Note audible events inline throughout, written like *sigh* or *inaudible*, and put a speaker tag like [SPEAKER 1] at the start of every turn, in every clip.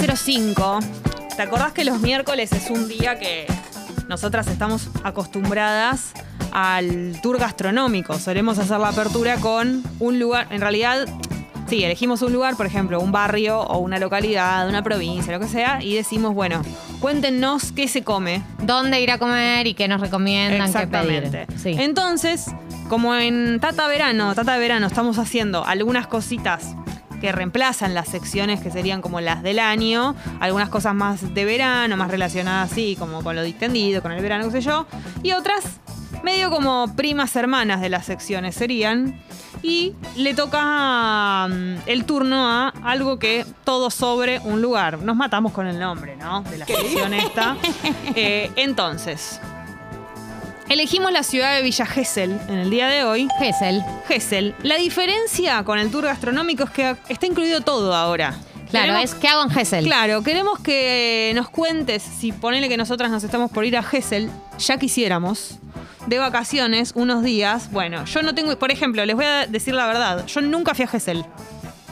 [SPEAKER 1] 905. ¿Te acordás que los miércoles es un día que nosotras estamos acostumbradas al tour gastronómico? Solemos hacer la apertura con un lugar, en realidad, sí, elegimos un lugar, por ejemplo, un barrio o una localidad, una provincia, lo que sea, y decimos, bueno, cuéntenos qué se come
[SPEAKER 2] ¿Dónde ir a comer y qué nos recomiendan qué pedir?
[SPEAKER 1] Exactamente. Entonces, como en Tata Verano, Tata Verano estamos haciendo algunas cositas que reemplazan las secciones que serían como las del año, algunas cosas más de verano, más relacionadas así, como con lo distendido, con el verano, qué sé yo, y otras medio como primas hermanas de las secciones serían. Y le toca mm, el turno a algo que todo sobre un lugar. Nos matamos con el nombre, ¿no? De la sección esta. Eh, entonces, Elegimos la ciudad de Villa Gesell en el día de hoy.
[SPEAKER 2] Gesell.
[SPEAKER 1] Gesell. La diferencia con el tour gastronómico es que está incluido todo ahora.
[SPEAKER 2] Claro,
[SPEAKER 1] Queremos-
[SPEAKER 2] es ¿qué hago en Gesell?
[SPEAKER 1] Claro, queremos que nos cuentes, si ponele que nosotras nos estamos por ir a Gesell, ya quisiéramos, de vacaciones, unos días. Bueno, yo no tengo, por ejemplo, les voy a decir la verdad, yo nunca fui a Gesell,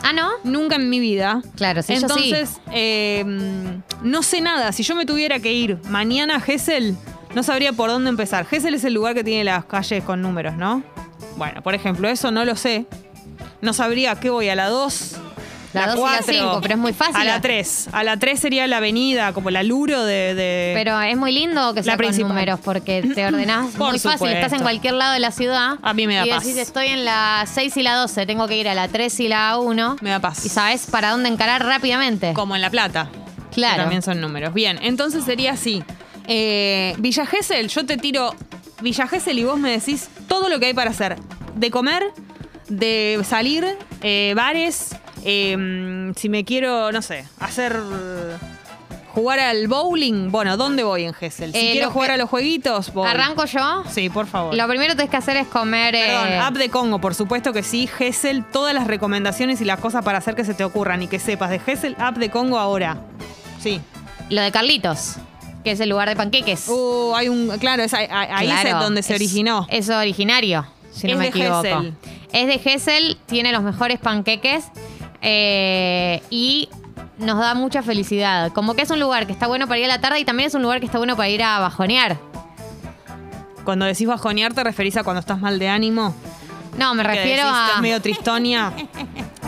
[SPEAKER 2] Ah, ¿no?
[SPEAKER 1] nunca en mi vida.
[SPEAKER 2] Claro, sí, yo sí.
[SPEAKER 1] Entonces, eh, no sé nada, si yo me tuviera que ir mañana a Gesell, no sabría por dónde empezar. Gesell es el lugar que tiene las calles con números, ¿no? Bueno, por ejemplo, eso no lo sé. No sabría qué voy a la 2.
[SPEAKER 2] La dos y la
[SPEAKER 1] cuatro,
[SPEAKER 2] cinco, pero es muy fácil.
[SPEAKER 1] A la 3. A la 3 sería la avenida, como la Luro de. de-
[SPEAKER 2] Pero es muy lindo que sea con
[SPEAKER 1] eh, principal.
[SPEAKER 2] números porque
[SPEAKER 1] *clears throat*
[SPEAKER 2] te ordenás
[SPEAKER 1] Por
[SPEAKER 2] muy fácil.
[SPEAKER 1] supuesto.
[SPEAKER 2] Estás en cualquier lado de la ciudad.
[SPEAKER 1] A mí me da
[SPEAKER 2] y
[SPEAKER 1] paz.
[SPEAKER 2] decís, estoy en la 6 y la 12, tengo que ir a la 3 y la 1.
[SPEAKER 1] Me da paz.
[SPEAKER 2] Y sabes para dónde encarar rápidamente.
[SPEAKER 1] como en La Plata.
[SPEAKER 2] Eh. Claro.
[SPEAKER 1] Que También son números. Bien, entonces sería así. Eh, Villa Gesell, yo te tiro Villa Gesell y vos me decís todo lo que hay para hacer. De comer, de salir, eh, bares, eh, si me quiero, no sé, hacer... Jugar al bowling, bueno, ¿dónde voy en Gesell? Si
[SPEAKER 2] Eh,
[SPEAKER 1] quiero
[SPEAKER 2] lo
[SPEAKER 1] jugar
[SPEAKER 2] que-
[SPEAKER 1] a los jueguitos, voy.
[SPEAKER 2] Arranco yo.
[SPEAKER 1] Sí, por favor.
[SPEAKER 2] Lo primero que tenés que hacer es comer. eh,
[SPEAKER 1] Perdón, app de Congo, por supuesto que sí. Gesell, todas las recomendaciones y las cosas para hacer que se te ocurran y que sepas. De Gesell, app de Congo ahora. Sí.
[SPEAKER 2] lo de Carlitos, que es el lugar de panqueques.
[SPEAKER 1] Uh, hay un. Claro, es ahí, ahí
[SPEAKER 2] Claro,
[SPEAKER 1] es donde se
[SPEAKER 2] es- eh,
[SPEAKER 1] originó.
[SPEAKER 2] Es originario, si
[SPEAKER 1] Es
[SPEAKER 2] no me
[SPEAKER 1] de
[SPEAKER 2] equivoco.
[SPEAKER 1] Gesell.
[SPEAKER 2] Es de Gesell, tiene los mejores panqueques eh, y nos da mucha felicidad. Como que es un lugar que está bueno para ir a la tarde y también es un lugar que está bueno para ir a bajonear.
[SPEAKER 1] Cuando decís bajonear, te referís a cuando estás mal de ánimo.
[SPEAKER 2] No, me
[SPEAKER 1] Que
[SPEAKER 2] refiero
[SPEAKER 1] decís,
[SPEAKER 2] a.
[SPEAKER 1] "Estás medio
[SPEAKER 2] *laughs*
[SPEAKER 1] tristonia.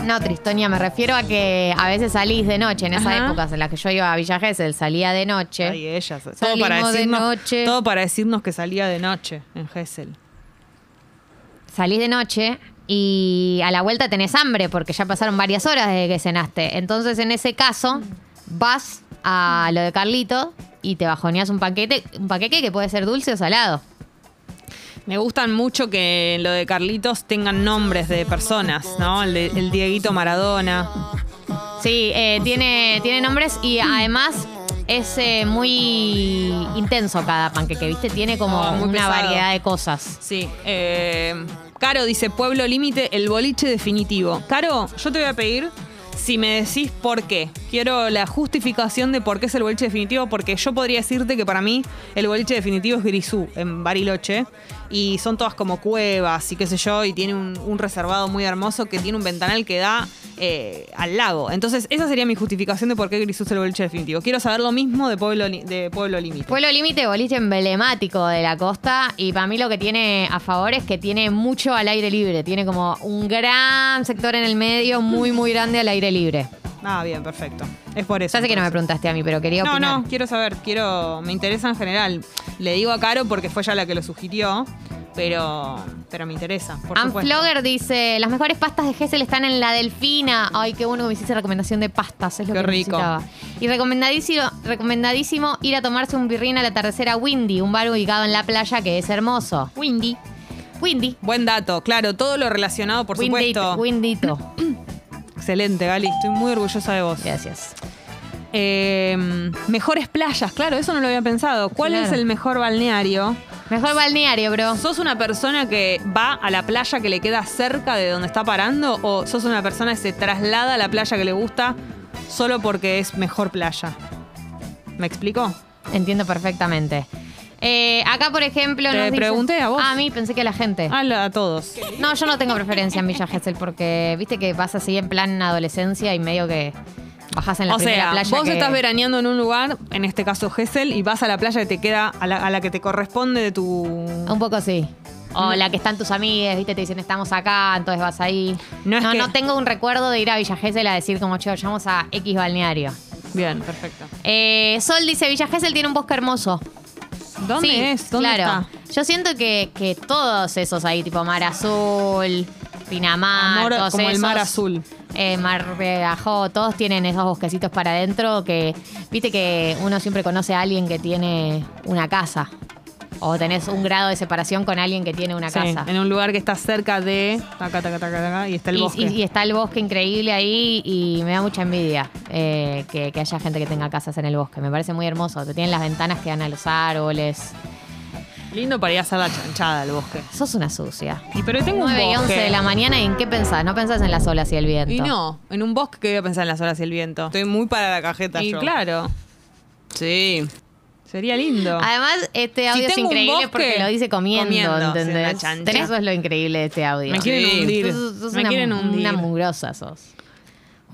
[SPEAKER 2] No, Tristonia, me refiero a que a veces salís de noche, en esas
[SPEAKER 1] Ajá.
[SPEAKER 2] épocas en las que yo iba a Villa Gesell, salía de noche.
[SPEAKER 1] Ay, ellas. Todo
[SPEAKER 2] Salimos
[SPEAKER 1] para,
[SPEAKER 2] de
[SPEAKER 1] decirnos,
[SPEAKER 2] noche.
[SPEAKER 1] todo para decirnos que salía de noche en Gesell.
[SPEAKER 2] salís de noche y a la vuelta tenés hambre porque ya pasaron varias horas desde que cenaste. Entonces, en ese caso, vas a lo de Carlito y te bajoneas un paquete, un paquete que puede ser dulce o salado.
[SPEAKER 1] Me gustan mucho que en lo de Carlitos tengan nombres de personas, ¿no? El, de- el Dieguito Maradona.
[SPEAKER 2] Sí, eh, tiene, tiene nombres y además es eh, muy intenso cada panqueque, ¿viste? Tiene como
[SPEAKER 1] Ah, muy
[SPEAKER 2] una
[SPEAKER 1] pesado.
[SPEAKER 2] variedad de cosas.
[SPEAKER 1] Sí. eh, Caro dice: Pueblo Límite, el boliche definitivo. Caro, yo te voy a pedir. Si me decís por qué, quiero la justificación de por qué es el boliche definitivo, porque yo podría decirte que para mí el boliche definitivo es Grisú, en Bariloche, y son todas como cuevas y qué sé yo, y tiene un, un reservado muy hermoso que tiene un ventanal que da eh, al lago. Entonces, esa sería mi justificación de por qué Grisú es el boliche definitivo. Quiero saber lo mismo de Pueblo, Li- de Pueblo Límite.
[SPEAKER 2] Pueblo Límite, boliche emblemático de la costa y para mí lo que tiene a favor es que tiene mucho al aire libre, tiene como un gran sector en el medio, muy muy grande al aire libre.
[SPEAKER 1] Ah, bien, perfecto. Es por eso.
[SPEAKER 2] Ya sé que no me
[SPEAKER 1] entonces.
[SPEAKER 2] preguntaste a mí, pero quería
[SPEAKER 1] No,
[SPEAKER 2] opinar.
[SPEAKER 1] no, quiero saber, quiero. Me interesa en general. Le digo a Caro porque fue ella la que lo sugirió, pero. Pero me interesa, por
[SPEAKER 2] Ann
[SPEAKER 1] supuesto.
[SPEAKER 2] Flogger dice, las mejores pastas de Gesell están en La Delfina. Ay, qué bueno que me hiciste recomendación de pastas, es lo
[SPEAKER 1] Qué
[SPEAKER 2] que
[SPEAKER 1] rico.
[SPEAKER 2] necesitaba. Y recomendadísimo, recomendadísimo ir a tomarse un birrín al atardecer a Windy, un bar ubicado en la playa que es hermoso.
[SPEAKER 1] Windy.
[SPEAKER 2] Windy.
[SPEAKER 1] Buen dato, claro, todo lo relacionado, por
[SPEAKER 2] Windito,
[SPEAKER 1] supuesto.
[SPEAKER 2] Windito.
[SPEAKER 1] Excelente, Gali, estoy muy orgullosa de vos.
[SPEAKER 2] Gracias.
[SPEAKER 1] Eh, mejores playas, claro, eso no lo había pensado. ¿Cuál
[SPEAKER 2] Claro.
[SPEAKER 1] es el mejor balneario?
[SPEAKER 2] Mejor balneario, bro.
[SPEAKER 1] ¿Sos una persona que va a la playa que le queda cerca de donde está parando? ¿O sos una persona que se traslada a la playa que le gusta solo porque es mejor playa? ¿Me explico?
[SPEAKER 2] Entiendo perfectamente. Eh, acá, por ejemplo,
[SPEAKER 1] Te
[SPEAKER 2] nos dicen-
[SPEAKER 1] pregunté a vos.
[SPEAKER 2] A mí, pensé que a la gente.
[SPEAKER 1] A, la- a todos.
[SPEAKER 2] No, yo no tengo preferencia en Villa Gesell porque viste que vas así en plan adolescencia y medio que Bajás en la
[SPEAKER 1] o
[SPEAKER 2] primera
[SPEAKER 1] sea,
[SPEAKER 2] playa
[SPEAKER 1] vos
[SPEAKER 2] que-
[SPEAKER 1] estás veraneando en un lugar, en este caso Gesell, y vas a la playa que te queda, a la, a la que te corresponde de tu.
[SPEAKER 2] Un poco sí.
[SPEAKER 1] Mm.
[SPEAKER 2] O la que están tus amigues, viste, te dicen estamos acá, entonces vas ahí.
[SPEAKER 1] No
[SPEAKER 2] No,
[SPEAKER 1] es
[SPEAKER 2] no,
[SPEAKER 1] que-
[SPEAKER 2] tengo un recuerdo de ir a Villa Gesell a decir como, che, vayamos a X balneario.
[SPEAKER 1] Bien, perfecto.
[SPEAKER 2] Eh, Sol dice, Villa Gesell tiene un bosque hermoso.
[SPEAKER 1] ¿Dónde
[SPEAKER 2] Sí,
[SPEAKER 1] es? ¿Dónde
[SPEAKER 2] claro.
[SPEAKER 1] está?
[SPEAKER 2] Yo siento que, que todos esos ahí, tipo Mar Azul, Pinamar,
[SPEAKER 1] Amor
[SPEAKER 2] todos
[SPEAKER 1] como el
[SPEAKER 2] esos,
[SPEAKER 1] mar azul.
[SPEAKER 2] eh, Mar Bajó, todos tienen esos bosquecitos para adentro que, viste que uno siempre conoce a alguien que tiene una casa. O tenés un grado de separación con alguien que tiene una
[SPEAKER 1] Sí,
[SPEAKER 2] casa.
[SPEAKER 1] en un lugar que está cerca de. Taca, taca, taca, taca, y está el
[SPEAKER 2] Y-
[SPEAKER 1] bosque.
[SPEAKER 2] Y, y está el bosque increíble ahí y me da mucha envidia eh, que, que haya gente que tenga casas en el bosque. Me parece muy hermoso. Te tienen las ventanas que dan a los árboles.
[SPEAKER 1] Lindo para ir a hacer la chanchada al bosque.
[SPEAKER 2] Sos una sucia.
[SPEAKER 1] Y pero tengo un
[SPEAKER 2] 9
[SPEAKER 1] bosque.
[SPEAKER 2] y 11 de la mañana, ¿y en qué pensás? No pensás en las olas y el viento.
[SPEAKER 3] Y no.
[SPEAKER 1] En un bosque que voy a pensar en las horas y el viento.
[SPEAKER 3] Estoy muy para la cajeta
[SPEAKER 1] Y
[SPEAKER 3] yo.
[SPEAKER 1] claro,
[SPEAKER 3] Sí.
[SPEAKER 1] sería lindo.
[SPEAKER 2] Además, este audio es
[SPEAKER 1] tengo un
[SPEAKER 2] increíble
[SPEAKER 1] bosque,
[SPEAKER 2] porque lo dice comiendo,
[SPEAKER 1] comiendo, sí, una
[SPEAKER 2] ¿entendés?
[SPEAKER 1] chancha.
[SPEAKER 2] Tenés- Eso es lo increíble de este audio.
[SPEAKER 1] Me quieren
[SPEAKER 3] Sí.
[SPEAKER 1] hundir.
[SPEAKER 2] Sos- sos
[SPEAKER 1] Me
[SPEAKER 2] una,
[SPEAKER 1] quieren hundir.
[SPEAKER 2] una mugrosa sos.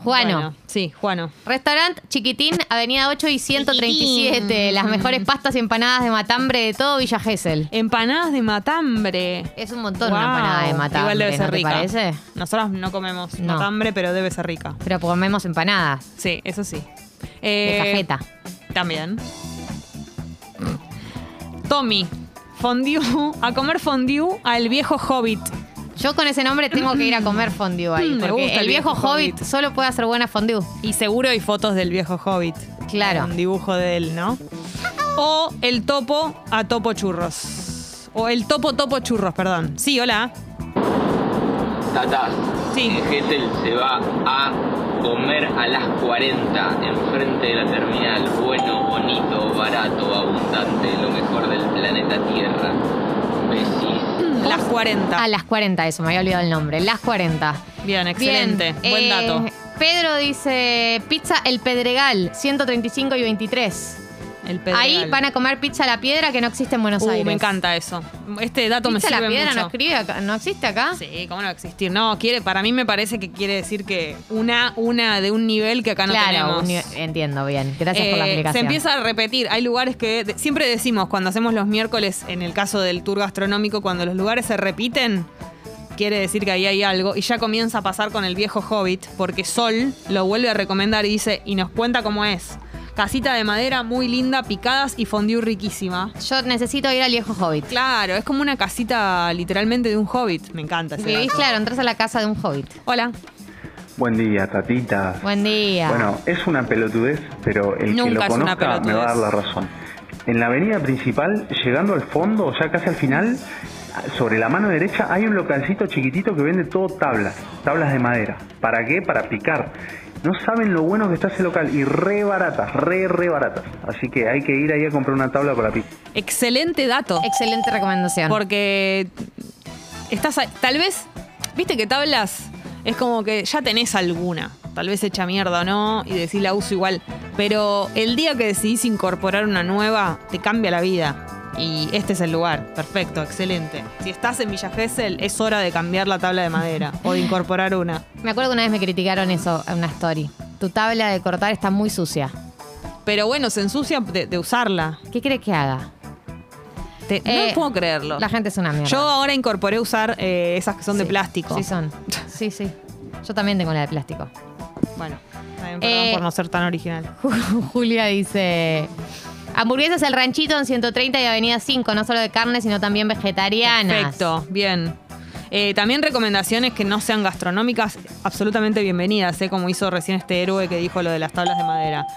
[SPEAKER 2] Juano.
[SPEAKER 1] Sí, Juano.
[SPEAKER 2] Restaurant Chiquitín, Avenida 8 y 137. Las mejores pastas y empanadas de matambre de todo Villa Gesell.
[SPEAKER 1] Empanadas de matambre.
[SPEAKER 2] Es un montón
[SPEAKER 1] Guau.
[SPEAKER 2] una empanada de matambre,
[SPEAKER 1] Igual debe
[SPEAKER 2] ¿no
[SPEAKER 1] ser
[SPEAKER 2] te
[SPEAKER 1] rica.
[SPEAKER 2] parece?
[SPEAKER 1] Nosotras no comemos
[SPEAKER 2] No.
[SPEAKER 1] matambre, pero debe ser rica.
[SPEAKER 2] Pero comemos empanadas
[SPEAKER 1] Sí, eso sí.
[SPEAKER 2] de
[SPEAKER 1] Eh,
[SPEAKER 2] cajeta.
[SPEAKER 1] También. Tommy. Fondue. A comer fondue al viejo hobbit.
[SPEAKER 2] Yo con ese nombre tengo que ir a comer fondue ahí.
[SPEAKER 1] Mm, me
[SPEAKER 2] Porque
[SPEAKER 1] gusta
[SPEAKER 2] el viejo hobbit, solo puede hacer buena fondue.
[SPEAKER 1] Y seguro hay fotos del viejo hobbit.
[SPEAKER 2] Claro.
[SPEAKER 1] Un dibujo de él, ¿no? O el topo a topo churros. O el topo topo churros, perdón. Sí, hola.
[SPEAKER 4] Tata,
[SPEAKER 1] Sí.
[SPEAKER 4] en Gesell se va a comer a las 40 enfrente de la terminal. Bueno, bonito, barato, abundante, lo mejor del planeta Tierra. Besis.
[SPEAKER 1] Las 40.
[SPEAKER 2] A las 40, eso, me había olvidado el nombre. Las 40.
[SPEAKER 1] Bien, excelente.
[SPEAKER 2] Bien,
[SPEAKER 1] Buen
[SPEAKER 2] eh,
[SPEAKER 1] dato.
[SPEAKER 2] Pedro dice pizza El Pedregal, 135 y 23.
[SPEAKER 1] El pedregal.
[SPEAKER 2] Ahí van a comer pizza a la piedra que no existe en Buenos
[SPEAKER 1] Uh,
[SPEAKER 2] Aires.
[SPEAKER 1] me encanta eso. Este dato me
[SPEAKER 2] Pizza a
[SPEAKER 1] sirve
[SPEAKER 2] la piedra
[SPEAKER 1] mucho.
[SPEAKER 2] no escribe acá- no existe acá.
[SPEAKER 1] Sí, cómo no existir. No, quiere, para mí me parece que quiere decir que una, una de un nivel que acá no
[SPEAKER 2] claro,
[SPEAKER 1] tenemos.
[SPEAKER 2] un nivel- entiendo bien. Gracias por la
[SPEAKER 1] Eh,
[SPEAKER 2] explicación.
[SPEAKER 1] Se empieza a repetir. Hay lugares que de- siempre decimos cuando hacemos los miércoles, en el caso del tour gastronómico, cuando los lugares se repiten, quiere decir que ahí hay algo. Y ya comienza a pasar con el viejo hobbit, porque Sol lo vuelve a recomendar y dice, y nos cuenta cómo es. Casita de madera muy linda, picadas y fondue riquísima.
[SPEAKER 2] Yo necesito ir al viejo hobbit.
[SPEAKER 1] Claro, es como una casita literalmente de un hobbit. Me encanta ese
[SPEAKER 2] Vivís,
[SPEAKER 1] dato.
[SPEAKER 2] claro, entras a la casa de un hobbit.
[SPEAKER 1] Hola.
[SPEAKER 5] Buen día, tatitas.
[SPEAKER 2] Buen día.
[SPEAKER 5] Bueno, es una pelotudez, pero el
[SPEAKER 1] Nunca
[SPEAKER 5] que lo
[SPEAKER 1] es una
[SPEAKER 5] conozca me va a dar la razón. En la avenida principal, llegando al fondo, ya casi al final, sobre la mano derecha hay un localcito chiquitito que vende todo tablas, tablas de madera. ¿Para qué? Para picar. No saben lo bueno que está ese local y re baratas, re, re baratas. Así que hay que ir ahí a comprar una tabla para picar.
[SPEAKER 1] Excelente dato.
[SPEAKER 2] Excelente recomendación.
[SPEAKER 1] Porque estás ahí- tal vez, viste que tablas es como que ya tenés alguna, tal vez hecha mierda o no, y decís la uso igual, pero el día que decidís incorporar una nueva, te cambia la vida. Y este es el lugar, perfecto, excelente. Si estás en Villa Gesell, es hora de cambiar la tabla de madera o de incorporar una.
[SPEAKER 2] Me acuerdo que una vez me criticaron eso en una story. Tu tabla de cortar está muy sucia.
[SPEAKER 1] Pero bueno, se ensucia de, de usarla.
[SPEAKER 2] ¿Qué crees que haga?
[SPEAKER 1] Te-
[SPEAKER 2] Eh,
[SPEAKER 1] no puedo creerlo.
[SPEAKER 2] La gente es una mierda.
[SPEAKER 1] Yo ahora incorporé usar eh, esas que son de
[SPEAKER 2] Sí.
[SPEAKER 1] plástico. *laughs*
[SPEAKER 2] Sí, son. Sí, sí. Yo también tengo la de plástico. *laughs*
[SPEAKER 1] Bueno, también perdón
[SPEAKER 2] Eh,
[SPEAKER 1] por no ser tan original.
[SPEAKER 2] Julia dice. Hamburguesas El Ranchito en 130 y Avenida 5, no solo de carne, sino también vegetarianas.
[SPEAKER 1] Perfecto, bien. Eh, también recomendaciones que no sean gastronómicas, absolutamente bienvenidas, ¿eh? como hizo recién este héroe que dijo lo de las tablas de madera.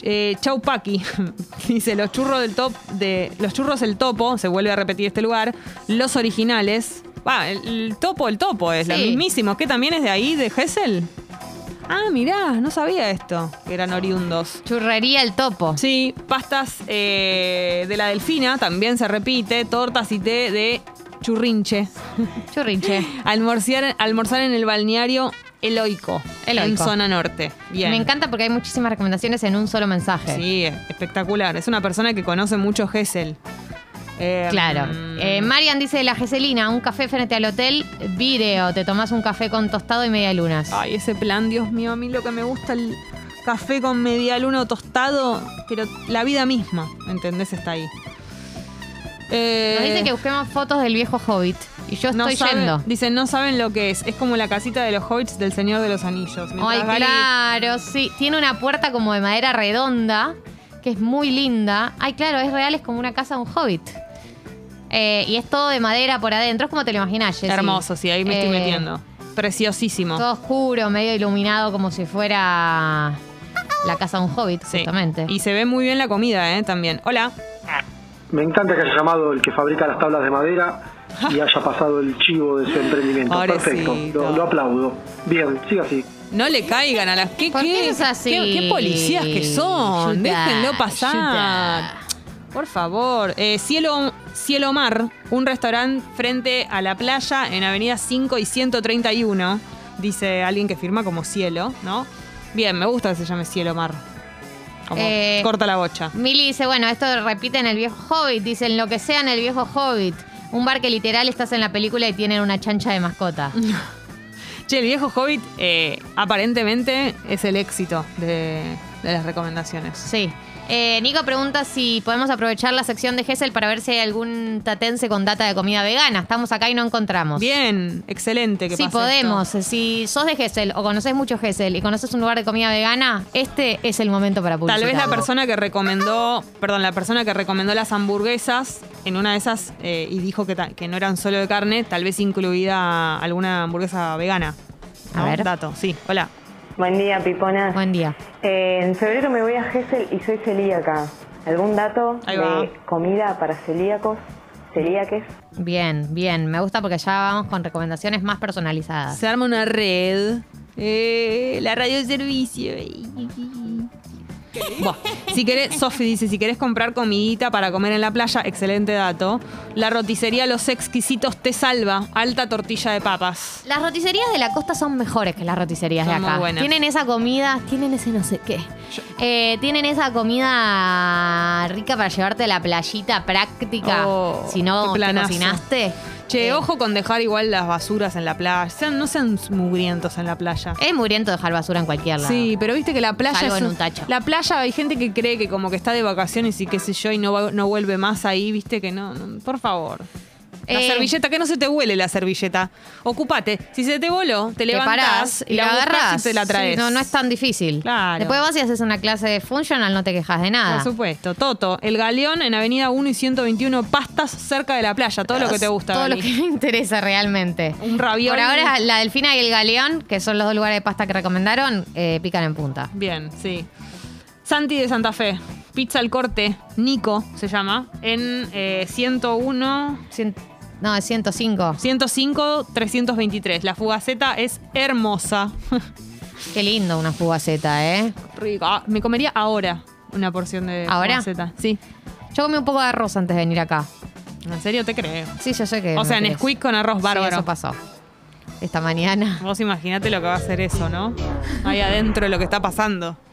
[SPEAKER 1] Eh, Chau Paqui *laughs* dice los churros del top de los churros el topo se vuelve a repetir este lugar los originales va el, el topo el topo es la
[SPEAKER 2] Sí.
[SPEAKER 1] mismísimo que también es de ahí de Gesell ah mirá no sabía esto que eran oriundos
[SPEAKER 2] Churrería El Topo.
[SPEAKER 1] Sí, pastas eh, de la delfina también se repite, tortas y té de churrinche.
[SPEAKER 2] Churrinche.
[SPEAKER 1] Almorzar, almorzar en el balneario Eloico,
[SPEAKER 2] Eloico.
[SPEAKER 1] en zona norte. Bien.
[SPEAKER 2] Me encanta porque hay muchísimas recomendaciones en un solo mensaje.
[SPEAKER 1] Sí, espectacular. Es una persona que conoce mucho Gesell. Eh,
[SPEAKER 2] Claro.
[SPEAKER 1] mm,
[SPEAKER 2] Eh, Marian dice la Geselina, un café frente al hotel, video. Te tomás un café con tostado y media lunas.
[SPEAKER 1] Ay, ese plan, Dios mío, a mí lo que me gusta el café con medialuno tostado, pero la vida misma, ¿entendés? Está ahí. Eh,
[SPEAKER 2] Nos dicen que busquemos fotos del viejo Hobbit. Y yo
[SPEAKER 1] no
[SPEAKER 2] estoy
[SPEAKER 1] saben-
[SPEAKER 2] yendo.
[SPEAKER 1] Dicen, no saben lo que es. Es como la casita de los hobbits del Señor de los Anillos. Mientras
[SPEAKER 2] Ay,
[SPEAKER 1] Gali-
[SPEAKER 2] claro, sí. Tiene una puerta como de madera redonda, que es muy linda. Ay, claro, es real, es como una casa de un hobbit. Eh, y es todo de madera por adentro, es como te lo imaginas, Jessy.
[SPEAKER 1] Hermoso, sí, ahí me estoy
[SPEAKER 2] Eh,
[SPEAKER 1] metiendo. Preciosísimo.
[SPEAKER 2] Todo oscuro, medio iluminado, como si fuera la casa de un hobbit,
[SPEAKER 1] Sí.
[SPEAKER 2] justamente.
[SPEAKER 1] Y se ve muy bien la comida, ¿eh? También. Hola.
[SPEAKER 6] Me encanta que haya llamado el que fabrica las tablas de madera y haya pasado el chivo de su emprendimiento.
[SPEAKER 1] Pobrecito.
[SPEAKER 6] Perfecto, lo, lo aplaudo. Bien, siga así.
[SPEAKER 1] No le caigan a las. ¿Qué,
[SPEAKER 2] ¿Por qué es así?
[SPEAKER 1] qué- qué policías que son?
[SPEAKER 2] Yuta,
[SPEAKER 1] Déjenlo pasar. Por favor. Eh, Cielo, Cielo Mar, un restaurante frente a la playa en Avenida 5 y 131. Dice alguien que firma como Cielo, ¿no? Bien, me gusta que se llame Cielo Mar. Como
[SPEAKER 2] Eh,
[SPEAKER 1] corta la bocha.
[SPEAKER 2] Mili dice, bueno, esto repite en el viejo Hobbit, dicen lo que sea en el viejo Hobbit. Un bar que literal estás en la película y tienen una chancha de mascota.
[SPEAKER 1] Che, el viejo Hobbit eh, aparentemente es el éxito de, de las recomendaciones.
[SPEAKER 2] Sí. Eh, Nico pregunta si podemos aprovechar la sección de Gessel para ver si hay algún tatense con data de comida vegana. Estamos acá y no encontramos.
[SPEAKER 1] Bien, excelente. Que
[SPEAKER 2] Sí,
[SPEAKER 1] pase
[SPEAKER 2] podemos. Si sos de Gessel o conoces mucho Gessel y conoces un lugar de comida vegana, este es el momento para publicitar.
[SPEAKER 1] Tal vez la persona que recomendó, perdón, la persona que recomendó las hamburguesas en una de esas eh, y dijo que, ta- que no eran solo de carne, tal vez incluida alguna hamburguesa vegana.
[SPEAKER 2] A
[SPEAKER 1] ¿No?
[SPEAKER 2] ver.
[SPEAKER 1] Dato, sí. Hola.
[SPEAKER 7] Buen día, Pipona.
[SPEAKER 2] Buen día.
[SPEAKER 7] Eh, en febrero me voy a Gessel y soy celíaca. ¿Algún dato
[SPEAKER 1] Ahí
[SPEAKER 7] de
[SPEAKER 1] va.
[SPEAKER 7] comida para celíacos? ¿Celíaques?
[SPEAKER 2] Bien, bien. Me gusta porque ya vamos con recomendaciones más personalizadas.
[SPEAKER 1] Se arma una red. eh, la radio de servicio. Bueno, si querés, Sofi dice, si querés comprar comidita para comer en la playa, excelente dato. La roticería Los Exquisitos te salva. Alta tortilla de papas.
[SPEAKER 2] Las roticerías de la costa son mejores que las roticerías
[SPEAKER 1] Son
[SPEAKER 2] de
[SPEAKER 1] muy
[SPEAKER 2] acá.
[SPEAKER 1] buenas.
[SPEAKER 2] Tienen esa comida, tienen ese no sé qué. Eh, tienen esa comida rica para llevarte a la playita práctica.
[SPEAKER 1] Oh,
[SPEAKER 2] si no
[SPEAKER 1] qué
[SPEAKER 2] te
[SPEAKER 1] planazo.
[SPEAKER 2] cocinaste.
[SPEAKER 1] Che,
[SPEAKER 2] Eh,
[SPEAKER 1] ojo con dejar igual las basuras en la playa. Sean- no sean mugrientos en la playa.
[SPEAKER 2] Es muriendo dejar basura en cualquier lado.
[SPEAKER 1] Sí, pero viste que la playa
[SPEAKER 2] Salgo
[SPEAKER 1] es
[SPEAKER 2] en
[SPEAKER 1] un-
[SPEAKER 2] un tacho.
[SPEAKER 1] La playa hay gente que cree que como que está de vacaciones y qué sé yo y no, va- no vuelve más ahí, viste que no, no, por favor. La
[SPEAKER 2] Eh.
[SPEAKER 1] servilleta, que no se te huele la servilleta. Ocupate. Si se te voló, te
[SPEAKER 2] Te
[SPEAKER 1] levantás
[SPEAKER 2] parás
[SPEAKER 1] y la, agarras
[SPEAKER 2] agarrás.
[SPEAKER 1] y te la traes.
[SPEAKER 2] Sí, no, no es tan difícil.
[SPEAKER 1] Claro.
[SPEAKER 2] Después vas y haces una clase de functional, no te quejas de nada.
[SPEAKER 1] Por supuesto. Toto, el galeón en Avenida 1 y 121, pastas cerca de la playa. Todo lo que te gusta.
[SPEAKER 2] Todo
[SPEAKER 1] Gali.
[SPEAKER 2] lo que me interesa realmente.
[SPEAKER 1] Un ravioli.
[SPEAKER 2] Por ahora, la delfina y el galeón, que son los dos lugares de pasta que recomendaron, eh, pican en punta.
[SPEAKER 1] Bien, sí. Santi de Santa Fe. Pizza al corte, Nico se llama, en eh, 101,
[SPEAKER 2] Cien- no, es 105.
[SPEAKER 1] 105, 323. La fugaceta es hermosa. *laughs*
[SPEAKER 2] Qué lindo una fugaceta, ¿eh?
[SPEAKER 1] Rica. Ah, Me comería ahora una porción de
[SPEAKER 2] ¿Ahora?
[SPEAKER 1] fugaceta. Sí.
[SPEAKER 2] Yo comí un poco de arroz antes de venir acá.
[SPEAKER 1] En serio te creo.
[SPEAKER 2] Sí, yo sé que.
[SPEAKER 1] O
[SPEAKER 2] me
[SPEAKER 1] sea,
[SPEAKER 2] crees.
[SPEAKER 1] Nesquik con arroz
[SPEAKER 2] Eh, Sí,
[SPEAKER 1] bárbaro.
[SPEAKER 2] eso pasó. Esta mañana.
[SPEAKER 1] Vos imaginate lo que va a ser eso, ¿no? Ahí adentro lo que está pasando. *laughs*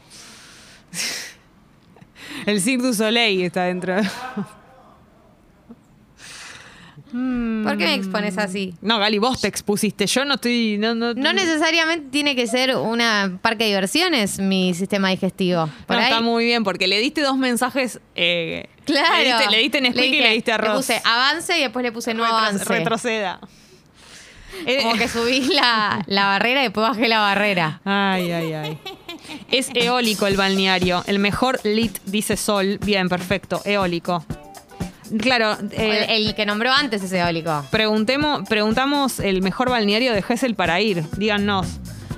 [SPEAKER 1] El Cirque du Soleil está adentro. Mm.
[SPEAKER 2] ¿Por qué me expones así?
[SPEAKER 1] No, Gali, vos te expusiste. Yo no estoy. No, no,
[SPEAKER 2] No necesariamente tiene que ser una parque de diversiones mi sistema digestivo. Por
[SPEAKER 1] no,
[SPEAKER 2] ahí-
[SPEAKER 1] está muy bien, porque le diste dos mensajes. eh,
[SPEAKER 2] Claro.
[SPEAKER 1] Le diste, le diste Nesquik
[SPEAKER 2] dije-
[SPEAKER 1] y le diste arroz.
[SPEAKER 2] Le puse avance y después le puse no
[SPEAKER 1] Retro-
[SPEAKER 2] avance.
[SPEAKER 1] Retroceda. Eh,
[SPEAKER 2] Como que subí la, la barrera y después bajé la barrera.
[SPEAKER 1] Ay, ay, ay. Es eólico el balneario. El mejor lit dice sol. Bien, perfecto. Eólico. Claro. eh,
[SPEAKER 2] el, el que nombró antes ese eólico.
[SPEAKER 1] Preguntemos, preguntamos el mejor balneario de Gesell para ir. Díganos.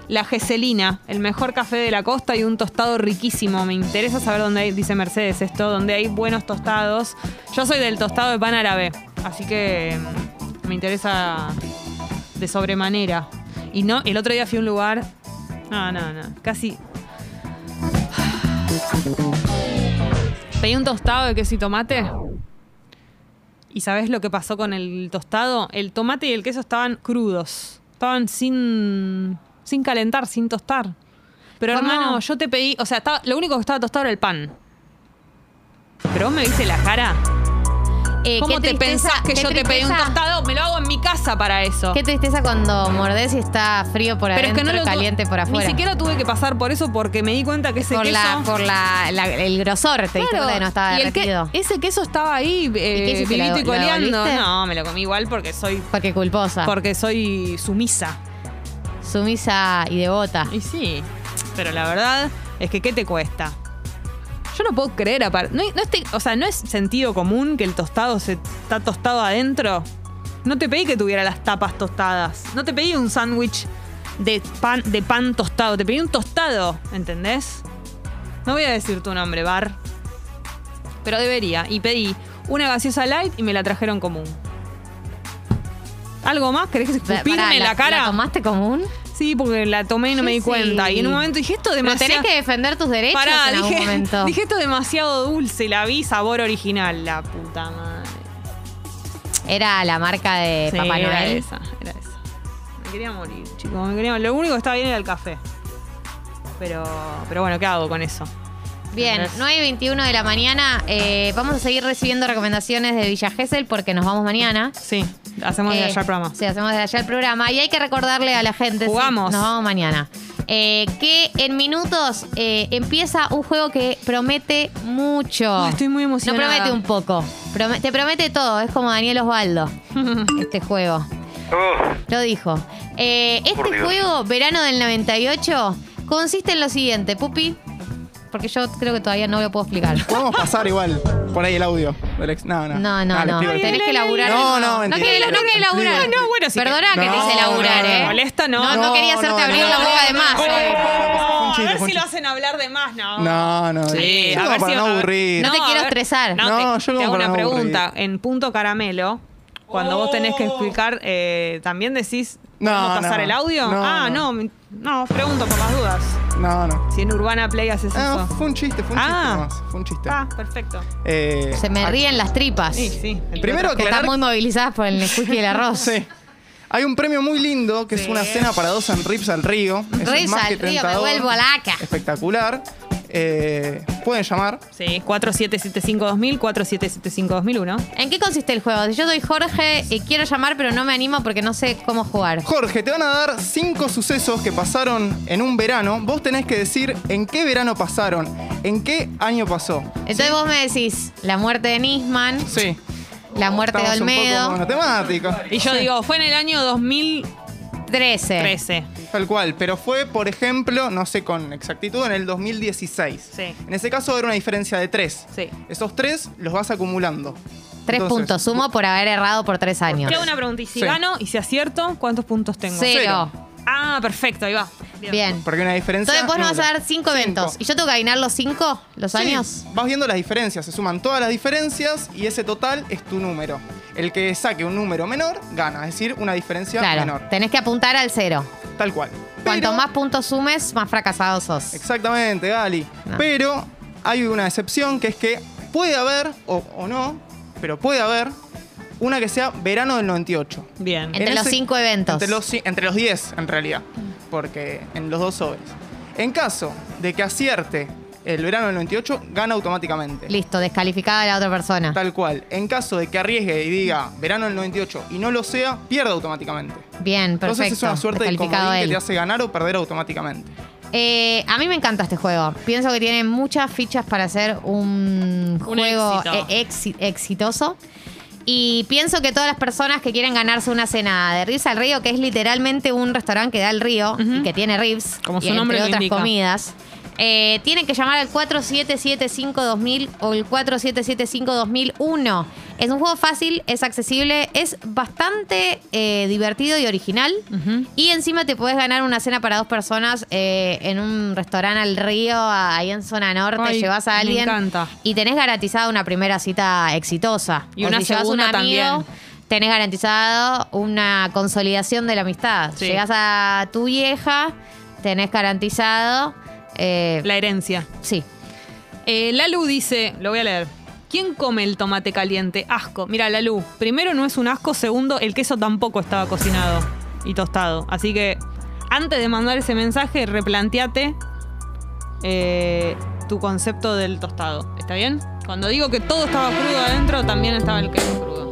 [SPEAKER 1] La Geselina, el mejor café de la costa y un tostado riquísimo. Me interesa saber dónde hay, dice Mercedes esto, dónde hay buenos tostados. Yo soy del tostado de pan árabe, así que mm, me interesa de sobremanera. Y no, el otro día fui a un lugar. No, no, no. Casi. Pedí un tostado de queso y tomate. ¿Y sabes lo que pasó con el tostado? El tomate y el queso estaban crudos. Estaban sin, sin calentar, sin tostar. Pero
[SPEAKER 2] ¿Cómo?
[SPEAKER 1] hermano, yo te pedí, o sea, estaba- lo único que estaba tostado era el pan. Pero vos me viste la cara.
[SPEAKER 2] Eh,
[SPEAKER 1] ¿Cómo
[SPEAKER 2] qué
[SPEAKER 1] te
[SPEAKER 2] tristeza-
[SPEAKER 1] pensás que
[SPEAKER 2] qué
[SPEAKER 1] yo te pedí un
[SPEAKER 2] tristeza-
[SPEAKER 1] tostado? Me lo hago en mi casa para eso.
[SPEAKER 2] Qué tristeza cuando mordés y está frío por
[SPEAKER 1] Pero
[SPEAKER 2] adentro,
[SPEAKER 1] es que no lo tuve-
[SPEAKER 2] caliente por afuera.
[SPEAKER 1] Ni siquiera tuve que pasar por eso porque me di cuenta que ese
[SPEAKER 2] por
[SPEAKER 1] queso.
[SPEAKER 2] la, por la, la- el grosor, te diste
[SPEAKER 1] Claro,
[SPEAKER 2] cuenta que no estaba
[SPEAKER 1] y el que-
[SPEAKER 2] derretido.
[SPEAKER 1] ese queso estaba ahí,
[SPEAKER 2] qué
[SPEAKER 1] eh,
[SPEAKER 2] hiciste?
[SPEAKER 1] vivito
[SPEAKER 2] ¿Lo- Ah.
[SPEAKER 1] y
[SPEAKER 2] lo
[SPEAKER 1] coleando.
[SPEAKER 2] devolviste?
[SPEAKER 1] No, me lo comí igual porque soy,
[SPEAKER 2] Porque culposa,
[SPEAKER 1] porque soy sumisa.
[SPEAKER 2] sumisa y devota.
[SPEAKER 1] Y sí, pero la verdad es que ¿qué te cuesta? Yo no puedo creer, aparte. No, no estoy- o sea, no es sentido común que el tostado se está tostado adentro. No te pedí que tuviera las tapas tostadas. No te pedí un sándwich de pan, de pan tostado. Te pedí un tostado, ¿entendés? No voy a decir tu nombre, Bar. Pero debería. Y pedí una gaseosa light y me la trajeron común. ¿Algo más? ¿Querés
[SPEAKER 2] Pa-
[SPEAKER 1] escupirme
[SPEAKER 2] pará,
[SPEAKER 1] en la cara?
[SPEAKER 2] ¿La tomaste común?
[SPEAKER 1] Sí, porque la tomé y no
[SPEAKER 2] Yo
[SPEAKER 1] me di
[SPEAKER 2] sí.
[SPEAKER 1] cuenta. Y en un momento dije, esto
[SPEAKER 2] Pero
[SPEAKER 1] demasiado...
[SPEAKER 2] tenés que defender tus derechos
[SPEAKER 1] Pará,
[SPEAKER 2] en
[SPEAKER 1] dije, *laughs*
[SPEAKER 2] algún momento.
[SPEAKER 1] dije esto demasiado dulce, la vi sabor original, la puta madre.
[SPEAKER 2] Era la marca de
[SPEAKER 1] Sí,
[SPEAKER 2] Papá
[SPEAKER 1] era
[SPEAKER 2] Noel.
[SPEAKER 1] esa, era esa. Me quería morir, chicos, me quería Lo único que estaba bien era el café. Pero, pero bueno, ¿qué hago con eso?
[SPEAKER 2] Bien, 9 y 21 de la mañana. eh, vamos a seguir recibiendo recomendaciones de Villa Gesell porque nos vamos mañana.
[SPEAKER 1] Sí, hacemos de
[SPEAKER 2] Eh,
[SPEAKER 1] allá el programa.
[SPEAKER 2] Sí, hacemos desde allá el programa. Y hay que recordarle a la gente. sí,
[SPEAKER 1] Jugamos.
[SPEAKER 2] nos vamos mañana. eh, que en minutos eh, empieza un juego que promete mucho.
[SPEAKER 1] Ay, estoy muy
[SPEAKER 2] no
[SPEAKER 1] emocionada.
[SPEAKER 2] promete un poco. prome- te promete todo. Es como
[SPEAKER 1] *laughs*
[SPEAKER 2] Daniel Osvaldo. este juego. Lo dijo. Eh,
[SPEAKER 5] Por
[SPEAKER 2] este
[SPEAKER 5] Dios.
[SPEAKER 2] juego, verano del 98, consiste en lo siguiente, Pupi. Porque yo creo que todavía no lo puedo explicar.
[SPEAKER 8] Podemos pasar igual por ahí el audio. del ex- No, no.
[SPEAKER 2] No, no,
[SPEAKER 8] Ah, lo
[SPEAKER 2] no.
[SPEAKER 8] explico, lo
[SPEAKER 2] Tenés
[SPEAKER 8] explico.
[SPEAKER 2] que laburar.
[SPEAKER 8] No, no,
[SPEAKER 2] No
[SPEAKER 8] mentira. Ah,
[SPEAKER 2] quería no quería laburar.
[SPEAKER 1] No, no, bueno, sí.
[SPEAKER 2] Perdoná que te
[SPEAKER 8] No,
[SPEAKER 2] hice laburar,
[SPEAKER 8] no,
[SPEAKER 2] ¿eh?
[SPEAKER 8] no.
[SPEAKER 1] Molesta, no.
[SPEAKER 2] No, no quería
[SPEAKER 8] No,
[SPEAKER 2] hacerte
[SPEAKER 8] no,
[SPEAKER 2] abrir
[SPEAKER 8] no,
[SPEAKER 2] la boca de más. hoy.
[SPEAKER 1] Oh,
[SPEAKER 8] Fue un
[SPEAKER 1] a
[SPEAKER 8] chiste,
[SPEAKER 1] ver
[SPEAKER 8] fue un
[SPEAKER 1] si lo
[SPEAKER 8] chiste.
[SPEAKER 1] hacen hablar de más, no.
[SPEAKER 8] No, no.
[SPEAKER 1] Sí,
[SPEAKER 8] yo
[SPEAKER 1] a
[SPEAKER 8] como
[SPEAKER 1] ver
[SPEAKER 8] para
[SPEAKER 1] si-
[SPEAKER 8] no
[SPEAKER 1] a ver-
[SPEAKER 8] aburrir.
[SPEAKER 2] No te
[SPEAKER 1] a
[SPEAKER 2] quiero
[SPEAKER 1] ver,
[SPEAKER 2] estresar.
[SPEAKER 8] No,
[SPEAKER 1] te,
[SPEAKER 8] yo como
[SPEAKER 1] te hago
[SPEAKER 8] para
[SPEAKER 1] una
[SPEAKER 8] no
[SPEAKER 1] pregunta.
[SPEAKER 8] aburrir. Oh.
[SPEAKER 1] En punto caramelo, cuando vos tenés que explicar, eh, ¿también decís
[SPEAKER 8] No,
[SPEAKER 1] cómo pasar
[SPEAKER 8] no.
[SPEAKER 1] el audio?
[SPEAKER 8] No,
[SPEAKER 1] ah, no.
[SPEAKER 8] no.
[SPEAKER 1] mi- No, pregunto por las dudas.
[SPEAKER 8] No, no.
[SPEAKER 1] Si en Urbana Play haces
[SPEAKER 8] Ah,
[SPEAKER 1] eso.
[SPEAKER 8] fue un chiste, fue un
[SPEAKER 1] Ah.
[SPEAKER 8] chiste nomás. Fue un chiste.
[SPEAKER 1] Ah, perfecto.
[SPEAKER 8] Eh,
[SPEAKER 2] Se me
[SPEAKER 8] ah,
[SPEAKER 2] ríen las tripas.
[SPEAKER 1] Sí, sí. entre
[SPEAKER 8] Primero
[SPEAKER 2] Que
[SPEAKER 1] otras
[SPEAKER 8] aclarar-
[SPEAKER 2] están muy movilizadas por el squeaky y el arroz.
[SPEAKER 8] Sí. Hay un premio muy lindo que es
[SPEAKER 1] Sí.
[SPEAKER 8] una cena para dos en Rips al Río. Eso es
[SPEAKER 2] Rips
[SPEAKER 8] más
[SPEAKER 2] al
[SPEAKER 8] que
[SPEAKER 2] Río, me
[SPEAKER 8] tentador.
[SPEAKER 2] vuelvo laca.
[SPEAKER 8] Espectacular. Eh, pueden llamar.
[SPEAKER 1] cosas. Sí, 4775-2000, 4775-2001.
[SPEAKER 2] ¿En qué consiste el juego? Yo soy Jorge y quiero llamar, pero no me animo porque no sé cómo jugar.
[SPEAKER 8] Jorge, te van a dar cinco sucesos que pasaron en un verano. Vos tenés que decir en qué verano pasaron, en qué año pasó.
[SPEAKER 2] Entonces vos me decís la muerte de Nisman,
[SPEAKER 8] Sí.
[SPEAKER 2] la muerte de
[SPEAKER 8] Estamos un poco
[SPEAKER 2] Olmedo,
[SPEAKER 8] monotemáticos.
[SPEAKER 1] Y yo digo, fue en el año 2013.
[SPEAKER 2] 13.
[SPEAKER 8] Tal cual, pero fue, por ejemplo, no sé con exactitud, en el 2016.
[SPEAKER 1] Sí.
[SPEAKER 8] En ese caso era una diferencia de tres.
[SPEAKER 1] Sí.
[SPEAKER 8] Esos tres los vas acumulando.
[SPEAKER 2] Tres
[SPEAKER 8] Entonces,
[SPEAKER 2] puntos sumo por haber errado por tres años.
[SPEAKER 1] Te hago una pregunta. Y si
[SPEAKER 8] Sí.
[SPEAKER 1] gano y si acierto, ¿cuántos puntos tengo?
[SPEAKER 2] Cero.
[SPEAKER 1] Ah, perfecto, ahí va.
[SPEAKER 2] Bien.
[SPEAKER 8] Porque una diferencia.
[SPEAKER 2] Entonces vos nos vas a
[SPEAKER 8] nula.
[SPEAKER 2] dar cinco eventos. ¿Y yo tengo que adivinar los cinco, los
[SPEAKER 8] Sí,
[SPEAKER 2] años?
[SPEAKER 8] Vas viendo las diferencias, se suman todas las diferencias y ese total es tu número. El que saque un número menor gana, es decir, una diferencia
[SPEAKER 2] Claro.
[SPEAKER 8] menor.
[SPEAKER 2] Tenés que apuntar al cero.
[SPEAKER 8] Tal cual.
[SPEAKER 2] Cuanto
[SPEAKER 8] Pero-
[SPEAKER 2] más puntos sumes, más fracasado sos.
[SPEAKER 8] Exactamente, Gali.
[SPEAKER 2] No.
[SPEAKER 8] Pero hay una excepción que es que puede haber, o, o no, pero puede haber una que sea verano del 98.
[SPEAKER 1] Bien.
[SPEAKER 2] Entre
[SPEAKER 8] En
[SPEAKER 2] los cinco eventos. Mm.
[SPEAKER 8] Entre los, ci- entre los 10, en realidad. Porque en los dos sobres. En caso de que acierte el verano del 98, gana automáticamente.
[SPEAKER 2] Listo, descalificada la otra persona.
[SPEAKER 8] Tal cual. En caso de que arriesgue y diga verano del 98 y no lo sea, pierde automáticamente.
[SPEAKER 2] Bien, perfecto.
[SPEAKER 8] Entonces es una suerte de
[SPEAKER 2] Descalificado
[SPEAKER 8] comodín que
[SPEAKER 2] él.
[SPEAKER 8] te hace ganar o perder automáticamente.
[SPEAKER 2] Eh, a mí me encanta este juego. Pienso que tiene muchas fichas para hacer un, juego
[SPEAKER 1] éxito.
[SPEAKER 2] e- exi- exitoso. Y pienso que todas las personas que quieren ganarse una cena de Ribs al Río, que es literalmente un restaurante que da al río y que tiene ribs,
[SPEAKER 1] Como
[SPEAKER 2] y
[SPEAKER 1] su nombre
[SPEAKER 2] entre
[SPEAKER 1] lo
[SPEAKER 2] otras
[SPEAKER 1] indica.
[SPEAKER 2] comidas, eh, tienen que llamar al 4775-2000 o el 4775-2001. Es un juego fácil, es accesible, es bastante eh, divertido y original. Y encima te puedes ganar una cena para dos personas eh, en un restaurante al río, ahí en zona norte.
[SPEAKER 1] Ay,
[SPEAKER 2] llevas a
[SPEAKER 1] me
[SPEAKER 2] alguien
[SPEAKER 1] encanta.
[SPEAKER 2] y tenés garantizada una primera cita exitosa.
[SPEAKER 1] Y
[SPEAKER 2] O
[SPEAKER 1] una
[SPEAKER 2] si llevas un
[SPEAKER 1] segunda
[SPEAKER 2] amigo,
[SPEAKER 1] también.
[SPEAKER 2] Tenés garantizado una consolidación de la amistad.
[SPEAKER 1] Sí.
[SPEAKER 2] Llegás a tu vieja, tenés garantizado. eh,
[SPEAKER 1] La herencia.
[SPEAKER 2] Sí.
[SPEAKER 1] Eh, Lalu dice, lo voy a leer. ¿Quién come el tomate caliente? Asco. Mira, Lalu, primero no es un asco, segundo, el queso tampoco estaba cocinado y tostado. Así que antes de mandar ese mensaje, replanteate eh, tu concepto del tostado. ¿Está bien? Cuando digo que todo estaba crudo adentro, también estaba el queso crudo.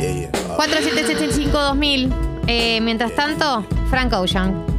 [SPEAKER 2] 4775-2000. Eh, mientras tanto, Frank Ocean.